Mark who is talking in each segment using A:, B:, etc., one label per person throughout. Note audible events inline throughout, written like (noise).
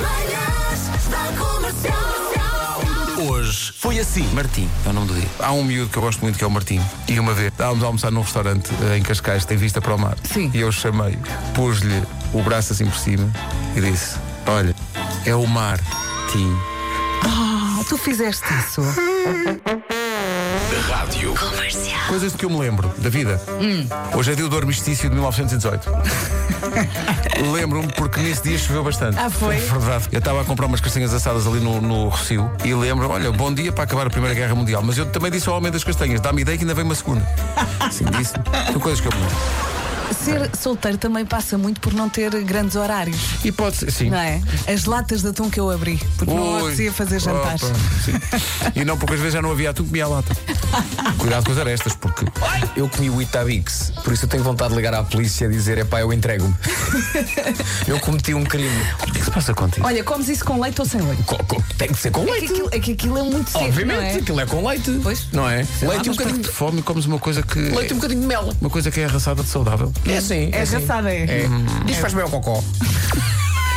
A: Manhãs da Comercial.
B: Hoje foi assim. Martim é o nome do dia. Há um miúdo que eu gosto muito que é o Martim. E uma vez estávamos a almoçar num restaurante eh, em Cascais que tem vista para o mar.
C: Sim.
B: E eu chamei, pus-lhe o braço assim por cima e disse: Olha, é o mar. Tim.
C: Ah, tu fizeste isso.
B: Coisas de que eu me lembro da vida.
C: Hum.
B: Hoje é dia do armistício de
C: (laughs)
B: 1918. Lembro-me porque nesse dia choveu bastante.
C: Ah, foi?
B: É verdade. Eu estava a comprar umas castanhas assadas ali no, no Rocio e lembro olha, bom dia para acabar a Primeira Guerra Mundial. Mas eu também disse ao homem das castanhas, dá-me ideia que ainda vem uma segunda. Sim, disse. São coisas que eu me lembro.
C: Ser solteiro também passa muito por não ter grandes horários,
B: E pode ser, sim.
C: não é? As latas de atum que eu abri, porque não
B: Ui.
C: apetecia fazer jantares.
B: Opa, sim. E não, poucas vezes já não havia atum, comia a lata. Cuidado com as arestas, porque.
D: Eu comi o Itabix, por isso eu tenho vontade de ligar à polícia e dizer: é pá, eu entrego-me. eu cometi um crime.
B: O que é que se passa contigo?
C: Olha, comes isso com leite ou sem leite?
D: Co- co- Tem que ser com
C: É que
D: leite.
C: aquilo é, que aquilo é muito seco,
D: Obviamente,
C: não
D: aquilo é com leite.
C: Pois.
D: Não é?
B: Ah,
D: leite e um
B: mas estás
D: bocadinho
B: de
D: de,
B: fome e comes uma coisa que.
D: leite e um bocadinho de mel.
B: Uma coisa que é arrasada de saudável.
D: É assim.
C: é? É
D: assim.
C: engraçado, é?
D: É. Isto faz bem ao cocó.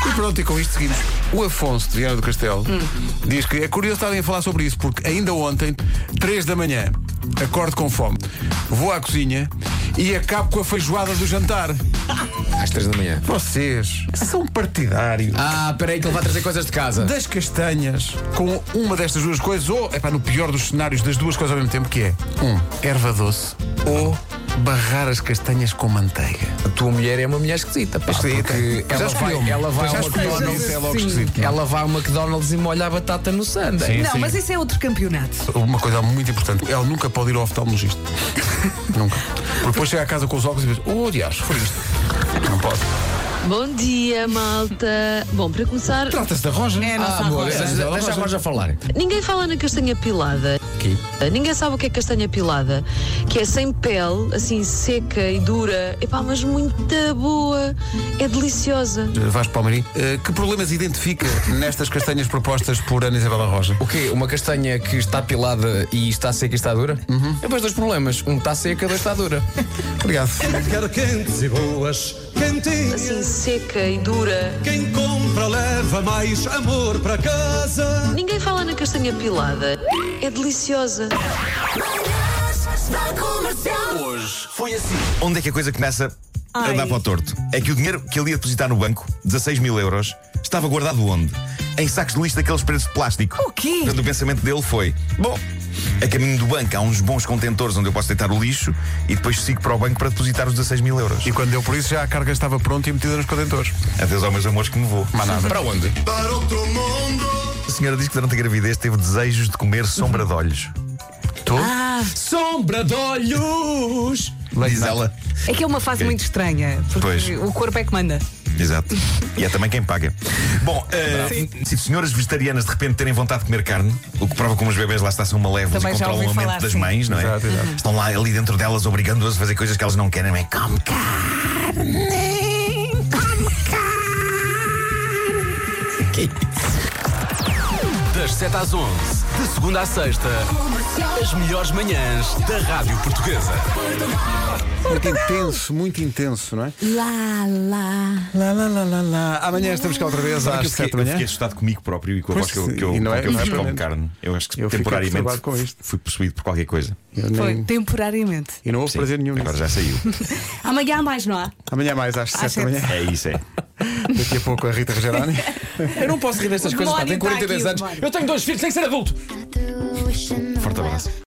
B: E pronto, e com isto seguimos. O Afonso de Viana do Castelo
D: Hum.
B: diz que é curioso estarem a falar sobre isso, porque ainda ontem, 3 da manhã, acordo com fome, vou à cozinha e acabo com a feijoada do jantar.
D: Às três da manhã.
B: Vocês são partidários.
D: Ah, peraí, que ele vai trazer coisas de casa.
B: Das castanhas com uma destas duas coisas, ou, é para no pior dos cenários, das duas coisas ao mesmo tempo, que é um, erva doce ou barrar as castanhas com manteiga.
D: A tua mulher é uma mulher esquisita,
B: Ah,
D: pá. Porque
B: Já
D: ela vai,
B: escolheu-me.
D: ela vai
B: Já
D: ao
B: escolheu-me,
D: McDonald's.
B: isso é logo
C: Sim.
B: esquisito.
D: Ela vai ao McDonald's e molha a batata no sundae.
B: Sim,
C: é? Não, mas isso é outro campeonato.
B: Uma coisa muito importante, ela nunca pode ir ao (laughs) oftalmologista. nunca. Porque depois chega a casa com os óculos e diz, oh, aliás, foi isto. Não pode.
E: Bom dia, malta. Bom, para começar,
B: Trata-se da Roja.
C: É a
D: Ah,
C: nossa
D: amor,
C: roda.
D: deixa, deixa, deixa agora já falar.
E: ninguém fala na castanha pilada.
D: Aqui.
E: Ninguém sabe o que é castanha pilada, que é sem pele, assim seca e dura. Epá, mas muito boa. É deliciosa.
B: Vasco Palmeirim, eh, que problemas identifica nestas castanhas propostas por Ana Isabela Roja?
D: O quê? Uma castanha que está pilada e está seca e está dura? Uhum. Depois dois problemas. Um está seca, dois está dura.
B: Obrigado.
F: Quero quentes e boas,
E: Assim
F: quentinhas.
E: seca e dura.
F: Quem compra leva mais amor para casa.
E: Ninguém fala na castanha pilada. É deliciosa.
A: Manhãs da Comercial.
G: Onde é que a coisa começa a dar para o torto? É que o dinheiro que ele ia depositar no banco, 16 mil euros, estava guardado onde? Em sacos de lixo daqueles presos de plástico.
C: O quê?
G: Portanto, o pensamento dele foi: bom, a caminho do banco há uns bons contentores onde eu posso deitar o lixo e depois sigo para o banco para depositar os 16 mil euros.
B: E quando deu por isso, já a carga estava pronta e metida nos contentores.
G: Adeus aos meus amores que me vou.
B: Mas nada.
D: Para onde?
G: A senhora diz que durante a gravidez teve desejos de comer sombra de olhos.
D: Sombra de olhos!
G: Diz ela.
C: É que é uma fase muito estranha, porque
G: Pois.
C: o corpo é que manda.
G: Exato. E é também quem paga. Bom, eh, se senhoras vegetarianas de repente terem vontade de comer carne, o que prova como os bebês lá está são malévolos
C: Também
G: e
C: já
G: controlam
C: ouvi
G: a
C: falar
G: mente das
C: assim.
G: mães, não é?
B: Exato, exato.
G: Estão lá ali dentro delas obrigando-as a fazer coisas que elas não querem, não é? Come carne!
H: Das 7 às 11, de segunda à sexta, as melhores manhãs da Rádio Portuguesa.
B: Muito intenso, muito intenso, não é? Lá, lá. Lá, lá, lá, lá. Amanhã estamos cá outra vez
G: Sabe
B: às
G: que eu fiquei-
B: 7 da
G: eu
B: manhã.
G: fiquei assustado comigo próprio e com a
B: Pois
G: voz que eu,
B: sim,
G: que eu,
B: e não é-
G: com que
B: não é
G: eu
B: para
G: como
B: mim.
G: carne. Eu acho que
B: Eu fiquei perturbado
G: temporariamente
B: com isto.
G: fui possuído por qualquer coisa.
B: Eu
C: Foi,
B: nem-
C: temporariamente.
B: E não houve
G: Sim,
B: prazer nenhum.
G: Agora
B: nisso.
G: já saiu.
B: (laughs)
C: Amanhã há mais, não há?
B: Amanhã é mais às 7 da
C: sete.
B: manhã.
G: É isso, é.
B: Daqui a pouco a Rita Rogerani.
D: Eu não posso rir destas coisas, pá.
C: Demónio
D: Tenho
C: está
D: 42
C: aqui,
D: anos.
C: demónio.
D: Eu tenho dois filhos, tenho que ser adulto.
G: Forte abraço.